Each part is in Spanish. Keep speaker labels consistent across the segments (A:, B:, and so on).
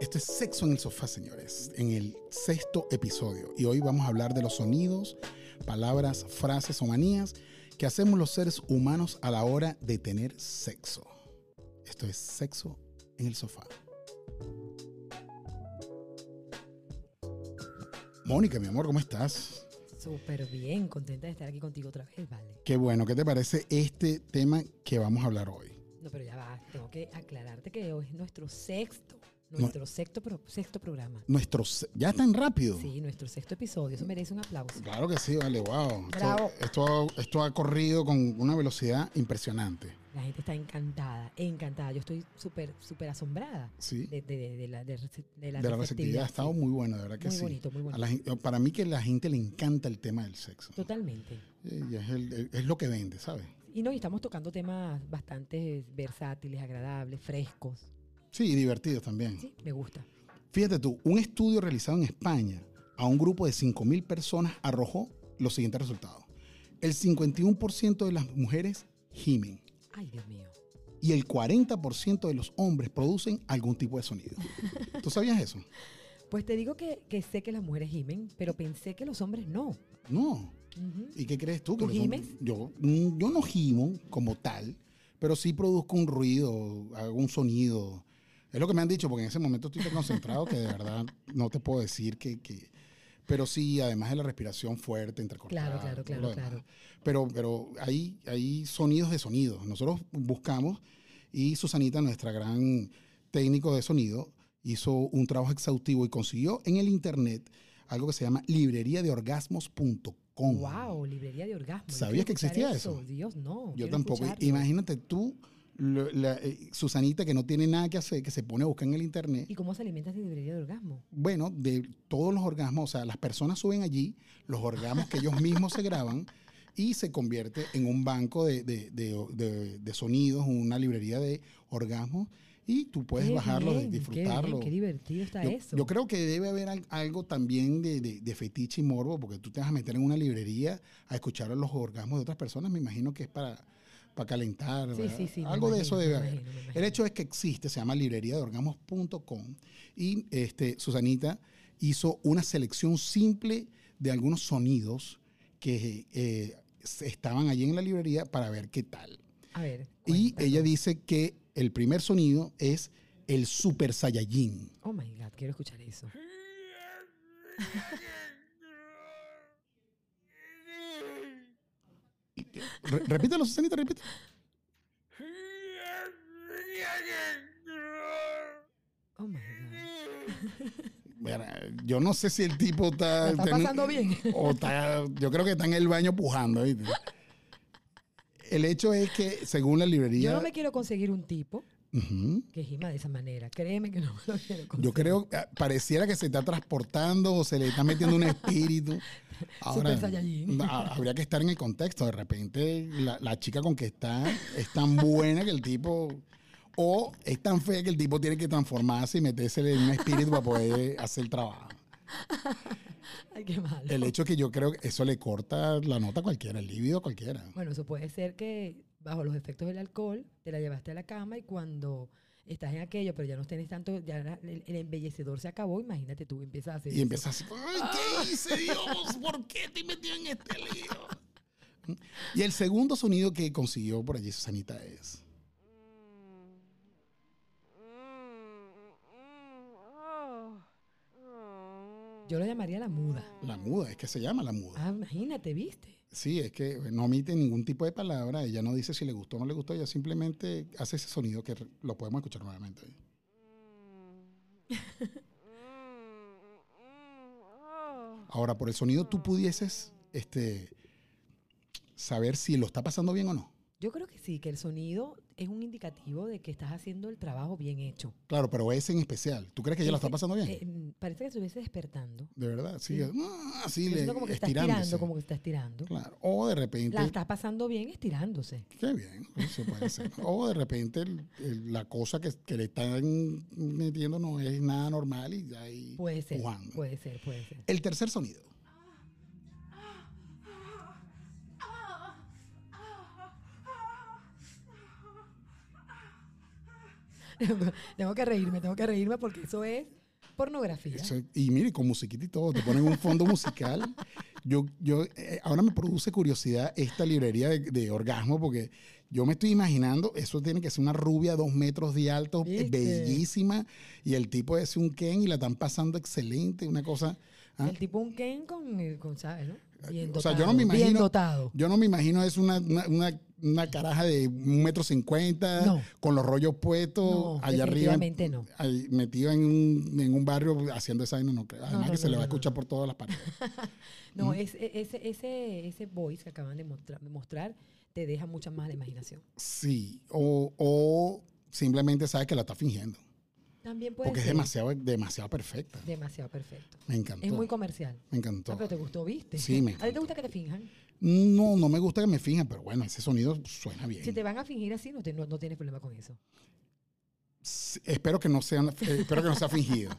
A: Esto es Sexo en el Sofá, señores, en el sexto episodio. Y hoy vamos a hablar de los sonidos, palabras, frases o manías que hacemos los seres humanos a la hora de tener sexo. Esto es Sexo en el Sofá. Mónica, mi amor, ¿cómo estás?
B: Súper bien, contenta de estar aquí contigo otra vez, vale.
A: Qué bueno, ¿qué te parece este tema que vamos a hablar hoy?
B: No, pero ya va, tengo que aclararte que hoy es nuestro sexto, nuestro sexto, pro- sexto programa.
A: Nuestro, se- ya tan rápido.
B: Sí, nuestro sexto episodio, eso merece un aplauso.
A: Claro que sí, vale, wow. Esto-
B: Bravo.
A: Esto, esto, ha corrido con una velocidad impresionante.
B: La gente está encantada, encantada. Yo estoy súper, súper asombrada
A: Sí.
B: de, de- de- de la, de rece- de la
A: de la receptividad ha
B: receptividad,
A: estado
B: sí.
A: muy bueno, de verdad que
B: Muy
A: sí.
B: bonito, muy
A: A
B: bonito.
A: la gen- para mí que a la gente le encanta el tema del sexo.
B: Totalmente.
A: Eh, y es, el- el- es lo que vende, ¿sabes?
B: Y no, y estamos tocando temas bastante versátiles, agradables, frescos.
A: Sí, y divertido también.
B: Sí, me gusta.
A: Fíjate tú, un estudio realizado en España a un grupo de 5.000 personas arrojó los siguientes resultados. El 51% de las mujeres gimen
B: Ay, Dios mío.
A: y el 40% de los hombres producen algún tipo de sonido. ¿Tú sabías eso?
B: Pues te digo que, que sé que las mujeres gimen, pero pensé que los hombres no.
A: No.
B: Ujú.
A: ¿Y qué crees tú?
B: ¿Tú
A: Que son-
B: gimes?
A: Yo, mm, yo no gimo como tal, pero sí produzco un ruido, hago un sonido. Es lo que me han dicho, porque en ese momento estoy tan concentrado que de verdad no te puedo decir que... que- pero sí, además de la respiración fuerte, entrecortada.
B: Claro, claro,
A: todo
B: claro,
A: lo demás.
B: claro.
A: Pero, pero hay, hay sonidos de sonidos. Nosotros buscamos y Susanita, nuestra gran técnico de sonido, hizo un trabajo exhaustivo y consiguió en el internet algo que se llama librería de orgasmos.com.
B: Wow, librería de orgasmo. Yo
A: ¿Sabías
B: quiero
A: que
B: escuchar
A: existía eso?
B: Dios, no.
A: Yo
B: quiero
A: tampoco.
B: escucharlo.
A: Imagínate tú, lo- la, eh, Susanita, que no tiene nada que hacer, que se pone a buscar en el internet.
B: ¿Y cómo se alimenta esa librería de orgasmo?
A: Bueno, de todos los orgasmos, o sea, las personas suben allí los orgasmos que ellos mismos se graban y se convierte en un banco de, de- de- de- de sonidos, una librería de orgasmos y tú puedes
B: Qué
A: bajarlo,
B: bien, qué
A: disfrutarlo.
B: bien, Qué, divertido está
A: yo,
B: eso.
A: yo creo que debe haber al- algo también de, de- de fetiche y morbo, porque tú te vas a meter en una librería a escuchar los orgasmos de otras personas, me imagino que es para, para calentar.
B: Sí,
A: ¿verdad?
B: sí, sí, me
A: algo de eso
B: imagino,
A: debe
B: me
A: haber.
B: imagino, me
A: El
B: imagino.
A: hecho es que existe, se llama librería de orgasmos.com y este, Susanita hizo una selección simple de algunos sonidos que eh, se- estaban allí en la librería para ver qué tal.
B: A ver.
A: Y
B: cuéntalo.
A: ella dice que el primer sonido es el Super Saiyajin.
B: Oh my God, quiero escuchar eso.
A: Re- repítelo, Susanita, repítelo.
B: Oh my God.
A: Mira, yo no sé si el tipo está.
B: La está
A: ten-
B: pasando bien.
A: O está. Yo creo que está en el baño pujando, ¿viste? El hecho es que, según la librería.
B: Yo no me quiero conseguir un tipo
A: Ujú.
B: que gima de esa manera. Créeme que no me lo quiero conseguir.
A: Yo creo que pareciera que se está transportando o se le está metiendo un espíritu. Ahora,
B: Super Saiyajin.
A: ha- habría que estar en el contexto. De repente, la, la chica con que está es tan buena que el tipo. O es tan fea que el tipo tiene que transformarse y meterse en un espíritu para poder hacer el trabajo.
B: Ay, qué malo.
A: El hecho es que yo creo que eso le corta la nota a cualquiera, el líbido a cualquiera.
B: Bueno, eso puede ser que bajo los efectos del alcohol te la llevaste a la cama y cuando estás en aquello, pero ya no tienes tanto, ya la- el, el embellecedor se acabó, imagínate tú, empiezas a hacer
A: Y
B: eso.
A: empiezas así, "Ay, ¿qué hice, Dios? ¿Por qué te metí en este lío? Y el segundo sonido que consiguió por allí Susanita es...
B: Yo lo llamaría la muda.
A: La muda, es que se llama la muda.
B: Ah, imagínate, ¿viste?
A: Sí, es que no omite ningún tipo de palabra, ella no dice si le gustó o no le gustó, ella simplemente hace ese sonido que lo podemos escuchar nuevamente. Ahora, por el sonido tú pudieses este, saber si lo está pasando bien o no.
B: Yo creo que sí, que el sonido es un indicativo de que estás haciendo el trabajo bien hecho.
A: Claro, pero ese en especial. ¿Tú crees que ella la está
B: Ese-
A: pasando bien?
B: eh, mm, parece que estuviese despertando.
A: de verdad, sí.
B: sí.
A: ah, así le,
B: Siento como que está
A: estirándose.
B: estirando, como que está estirando.
A: Claro. O de repente,
B: La está pasando bien estirándose.
A: qué bien, eso puede ser. o de repente el- el- la cosa que, que le están metiendo no es nada normal y ya ahí
B: Puede ser,
A: jugando.
B: puede ser, puede ser.
A: El tercer sonido.
B: tengo que reírme, tengo que reírme porque eso es pornografía.
A: Eso- y mire, con musiquita y todo, te ponen un fondo musical. Yo, yo, eh, ahora me produce curiosidad esta librería de, de orgasmo porque yo me estoy imaginando, eso tiene que ser una rubia dos metros de alto, eh,
B: ¿Viste?
A: bellísima, y el tipo es un Ken y la están pasando excelente, una cosa... ¿ah?
B: El tipo un Ken con, con ¿sabes? No? Bien
A: O
B: dotado.
A: sea, yo no me
B: Bien
A: imagino-
B: dotado.
A: Yo no me imagino es una, una, una- una caraja de un metro cincuenta,
B: No.
A: con los rollos puestos,
B: No,
A: allá arriba,
B: definitivamente no.
A: ahí metida en un, en un barrio haciendo esa vaina, no creo. Además
B: no,
A: que se
B: no,
A: le va a
B: no, no.
A: escuchar por todas las partes. Mm.
B: No, es- e- ese, ese, ese voice que acaban de mostra- de mostrar te deja mucha más la imaginación.
A: Sí, o, o simplemente sabe que la está fingiendo,
B: También puede
A: porque es
B: ser
A: demasiado, demasiado perfecta.
B: demasiado perfecto.
A: Me encantó.
B: Es muy comercial.
A: me
B: Ah,
A: encantó.
B: pero te gustó, ¿viste?
A: Sí, me
B: ¿A ti te
A: encantó.
B: gusta que te finjan?
A: No, no me gusta que me fijen, pero bueno, ese sonido suena bien.
B: Si te van a fingir así, no, te- no, no tienes problema con eso.
A: Sí, Espero que no sean, eh, espero que no sea fingido.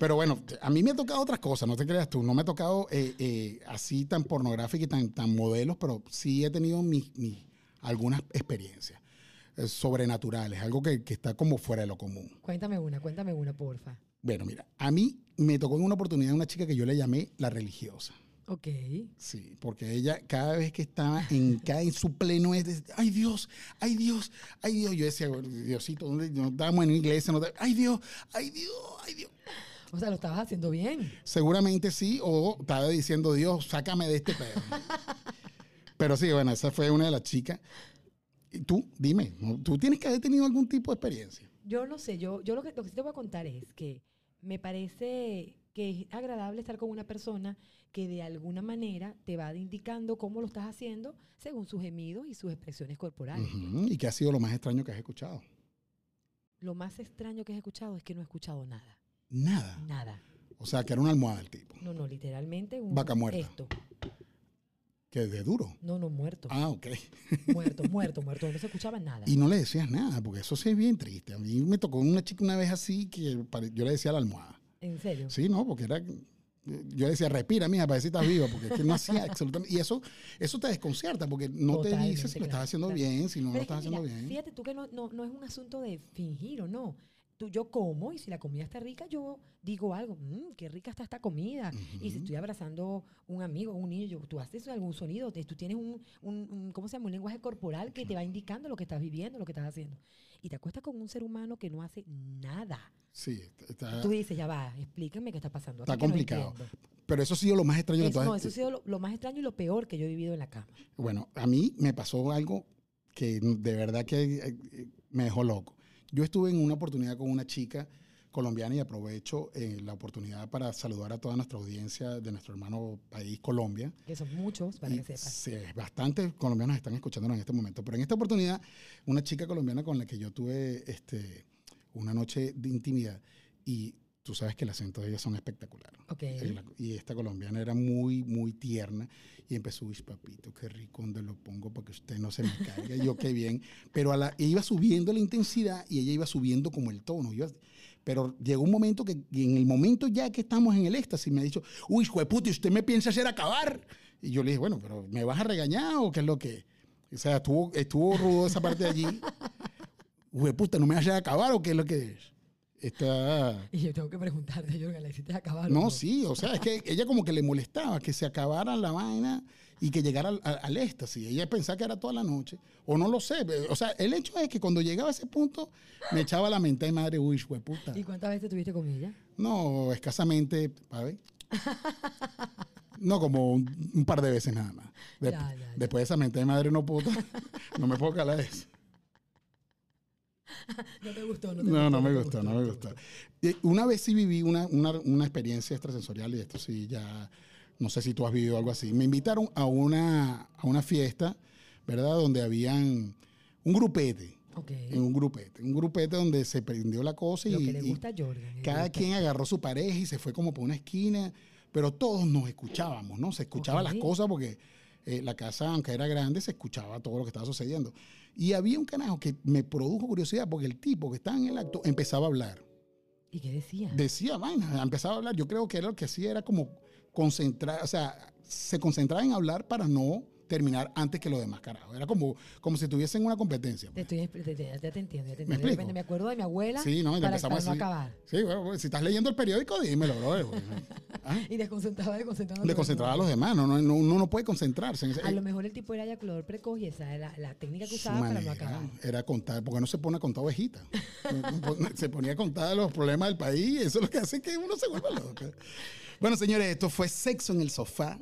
A: Pero bueno, a mí me ha tocado otras cosas, no te creas tú. No me ha tocado eh, eh, así tan pornográfica y tan, tan modelos, pero sí he tenido mis- mis- algunas experiencias eh, sobrenaturales, algo que, que está como fuera de lo común.
B: Cuéntame una, cuéntame una, porfa.
A: Bueno, mira, a mí me tocó en una oportunidad una chica que yo le llamé la religiosa.
B: Ok.
A: Sí, porque ella cada vez que estaba en, cada, en su pleno es, de- ay Dios, ay Dios, ay Dios. Yo decía, "Bueno, Diosito, ¿dónde nos damos en iglesia? No da- ay Dios, ay Dios, ay Dios.
B: O sea, lo estabas haciendo bien.
A: Seguramente sí, o estaba diciendo, Dios, sácame de este pedo. Pero sí, bueno, esa fue una de las chicas. Y tú, dime, ¿no? tú tienes que haber tenido algún tipo de experiencia.
B: Yo no sé, yo, yo lo, que, lo que sí te voy a contar es que me parece que es agradable estar con una persona que de alguna manera te va indicando cómo lo estás haciendo según sus gemidos y sus expresiones corporales.
A: Ujú, ¿Y qué ha sido lo más extraño que has escuchado?
B: Lo más extraño que he escuchado es que no he escuchado nada.
A: Nada.
B: Nada.
A: O sea, que era una almohada el tipo,
B: No, no, literalmente un
A: Vaca muerta.
B: esto.
A: que de duro.
B: No, no, muerto.
A: Ah, ok.
B: Muerto, muerto, muerto. No se escuchaba nada.
A: Y no le decías nada, porque eso sí es bien triste. A mí me tocó una chica una vez así que pare- yo le decía la almohada.
B: En serio.
A: Sí, no, porque era. Yo le decía, respira, mija, para ver si estás viva, porque es que no hacía absolutamente. Y eso, eso te desconcierta, porque no te
B: Totalmente,
A: dices si lo
B: claro,
A: estás haciendo
B: claro.
A: bien, si no lo
B: Pero es que
A: estás haciendo
B: mira,
A: bien.
B: Fíjate tú que no, no, no es un asunto de fingir o no. Tú, yo como y si la comida está rica, yo digo algo, "Mm, qué rica está esta comida. Y si
A: Ujú.
B: estoy abrazando un amigo, un niño, yo- tú haces algún sonido, te- tú tienes un, un- un- ¿cómo se llama? Un lenguaje corporal que te va indicando lo que estás viviendo, lo que estás haciendo. Y te acuestas con un ser humano que no hace nada.
A: Sí, está,
B: Tú dices, ya va, explícame qué está pasando.
A: Ah. Está
B: aquí que no
A: complicado.
B: entiendo".
A: pero eso ha sido lo más extraño que
B: Es-
A: tú has-
B: no, eso ha sido lo, lo más extraño y lo peor que yo he vivido en la cama.
A: Bueno, a mí me pasó algo que de verdad que eh, eh, me dejó loco. Yo estuve en una oportunidad con una chica colombiana y aprovecho eh, la oportunidad para saludar a toda nuestra audiencia de nuestro hermano país Colombia.
B: Que son muchos, para
A: Y
B: que sepas.
A: sí, bastantes colombianos están escuchándonos en este momento. Pero en esta oportunidad, una chica colombiana con la que yo tuve este, una noche de intimidad y tú sabes que el acento de ella son espectacular.
B: Ok.
A: El- la- Y esta colombiana era muy, muy tierna y empezó, uy, papito, qué rico donde lo pongo para que usted no se me caiga. Y yo, qué bien. Pero a la, iba subiendo la intensidad y ella iba subiendo como el tono. Iba- pero llegó un momento que, y en el momento ya que estamos en el éxtasis, me ha dicho, uy, jueputi, usted me piensa hacer acabar. Y yo le dije, bueno, pero ¿me vas a regañar o qué es lo que es?". O sea, estuvo, estuvo rudo esa parte de allí. Jueputa, ¿no me vas a hacer acabar o qué es lo que es? Está...
B: Y yo tengo que preguntarte, Jorgen, ¿la hiciste acabar? o
A: No, sí, o sea, es que ella como que le molestaba que se acabara la vaina y que llegara al, al- al éxtasis. Ella pensaba que era toda la noche, o no lo sé. eh, O sea, el hecho es que cuando llegaba a ese punto, me echaba la mente de madre, uy, puta.
B: ¿Y cuántas veces estuviste con ella?
A: No, escasamente, a ver. No, como un, un par de veces nada más. Dep-
B: Ya, ya, ya.
A: Después de esa mente de madre, no puta, no me puedo calar eso.
B: No te gustó, no te
A: No,
B: gustó,
A: no me
B: te
A: gustó, no
B: te
A: me gustó. Eh, Una vez sí viví una, una, una experiencia extrasensorial y esto sí ya, no sé si tú has vivido algo así. Me invitaron a una, a una fiesta, ¿verdad? Donde habían un grupete,
B: Ok.
A: en un grupete, un grupete donde se prendió la cosa y,
B: Lo que le
A: y
B: gusta a Jordan. el
A: cada
B: grupete.
A: quien agarró su pareja y se fue como por una esquina, pero todos nos escuchábamos, ¿no? Se escuchaban
B: Ok.
A: las cosas porque eh, la casa, aunque era grande, se escuchaba todo lo que estaba sucediendo. Y había un canajo que me produjo curiosidad porque el tipo que estaba en el acto empezaba a hablar.
B: ¿Y qué decía?
A: Decía vaina, empezaba a hablar. Yo creo que era lo que hacía era como concentrar, o sea, se concentraba en hablar para no terminar antes que los demás, carajo. Era como, como si tuviesen una competencia.
B: Te,
A: pues.
B: estoy, expli- te, te- ya te entiendo, ya te
A: ¿Me
B: entiendo. De repente
A: explico?
B: me acuerdo de mi abuela
A: Sí, no, y
B: para
A: empezamos
B: para
A: así.
B: no acabar.
A: Sí, bueno, pues, si estás leyendo el periódico, dímelo, brother. pues. Ah,
B: Y desconcentraba, desconcentraba.
A: De concentrar a los demás, no, no, no- uno no puede concentrarse. en ese- eh,
B: A lo mejor el tipo era eyaclador precoz y esa era la, la técnica que
A: su
B: usaba para no
A: manera
B: acabar.
A: Era contar, porque no se pone a contar ovejitas. se ponía a contar los problemas del país y eso es lo que hace que uno se vuelva loco. Bueno, señores, esto fue Sexo en el Sofá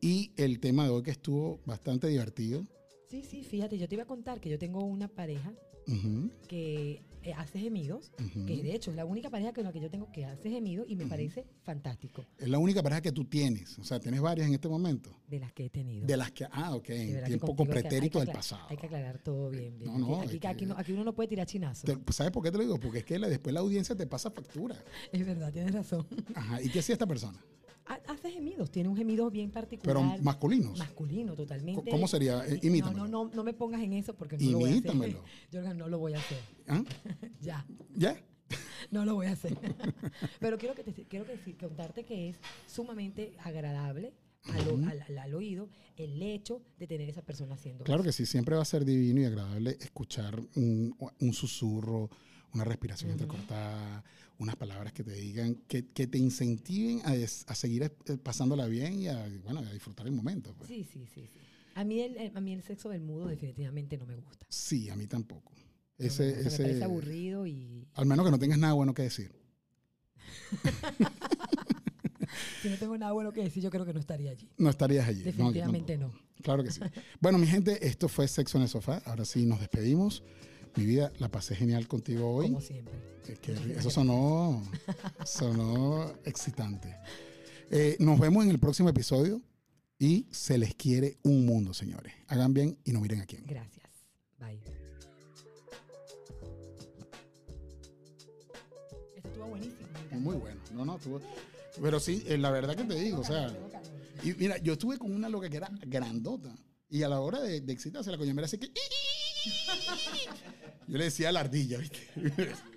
A: y el tema de hoy que estuvo bastante divertido.
B: Sí, sí, fíjate, yo te iba a contar que yo tengo una pareja
A: Ujú,
B: que eh, hace gemidos,
A: ujú.
B: que de hecho es la única pareja con la que yo tengo que hace gemidos y me parece fantástico
A: Es la única pareja que tú tienes, o sea, tienes varias en este momento.
B: de las que he tenido.
A: De las que, ah, ok,
B: De
A: en
B: verdad que
A: tiempo
B: contigo hay que-
A: pretérito
B: hay que
A: del
B: acla-
A: pasado. Eh,
B: Hay que aclarar todo bien, bien.
A: No, no,
B: aquí,
A: es que-
B: aquí, aquí no- aquí uno no puede tirar chinazo.
A: Te- ¿Sabes por qué te lo digo? Porque es que la- después la audiencia te pasa factura.
B: Es verdad, tienes razón.
A: Ajá, ¿y qué hacía esta persona?
B: Ha- Hace gemidos, tiene un gemido bien particular.
A: Pero masculinos.
B: masculino, totalmente.
A: ¿Cómo sería? Eh, Imítamelo.
B: No, no, no, no me pongas en eso porque no lo voy
A: Imítamelo.
B: a hacer. Jorgan, no lo voy a hacer.
A: ¿Ah?
B: Ya,
A: ¿Ya?
B: no lo voy a hacer. Pero quiero, que te, quiero que sí- contarte que es sumamente agradable al, o-
A: Ujú.
B: al- al- al oído el hecho de tener esa persona haciendo
A: Claro que sí, siempre va a ser divino y agradable escuchar un, un susurro, una respiración
B: Ujú.
A: entrecortada, unas palabras que te digan, que, que te incentiven a, des- a seguir eh, pasándola bien y a, bueno, a disfrutar el momento. pues.
B: Sí, sí, sí, sí. A mí el, el- a mí el sexo del mudo definitivamente no me gusta.
A: Sí, a mí tampoco.
B: No me
A: Ese,
B: gusta, me parece
A: ese,
B: aburrido y
A: al menos que no tengas nada bueno que decir.
B: si no tengo nada bueno que decir, yo creo que no estaría allí.
A: No estarías allí. No, yo
B: Definitivamente no.
A: Claro que sí. Bueno, mi gente, esto fue Sexo en el Sofá. Ahora sí nos despedimos. Mi vida, la pasé genial contigo hoy.
B: como siempre.
A: Eh, qué ri- eso sonó, sonó excitante. Eh, nos vemos en el próximo episodio y se les quiere un mundo, señores. Hagan bien y no miren a quién.
B: Gracias. Bye. Esto estuvo buenísimo. me encantó.
A: Muy bueno. No, no, tú- pero sí, eh, la verdad que te digo, o sea,
B: Tengo calor.
A: y mira, yo estuve con una loca que era grandota y a la hora de, de excitarse la coñamera hace que yo le decía a la ardilla, ¿viste?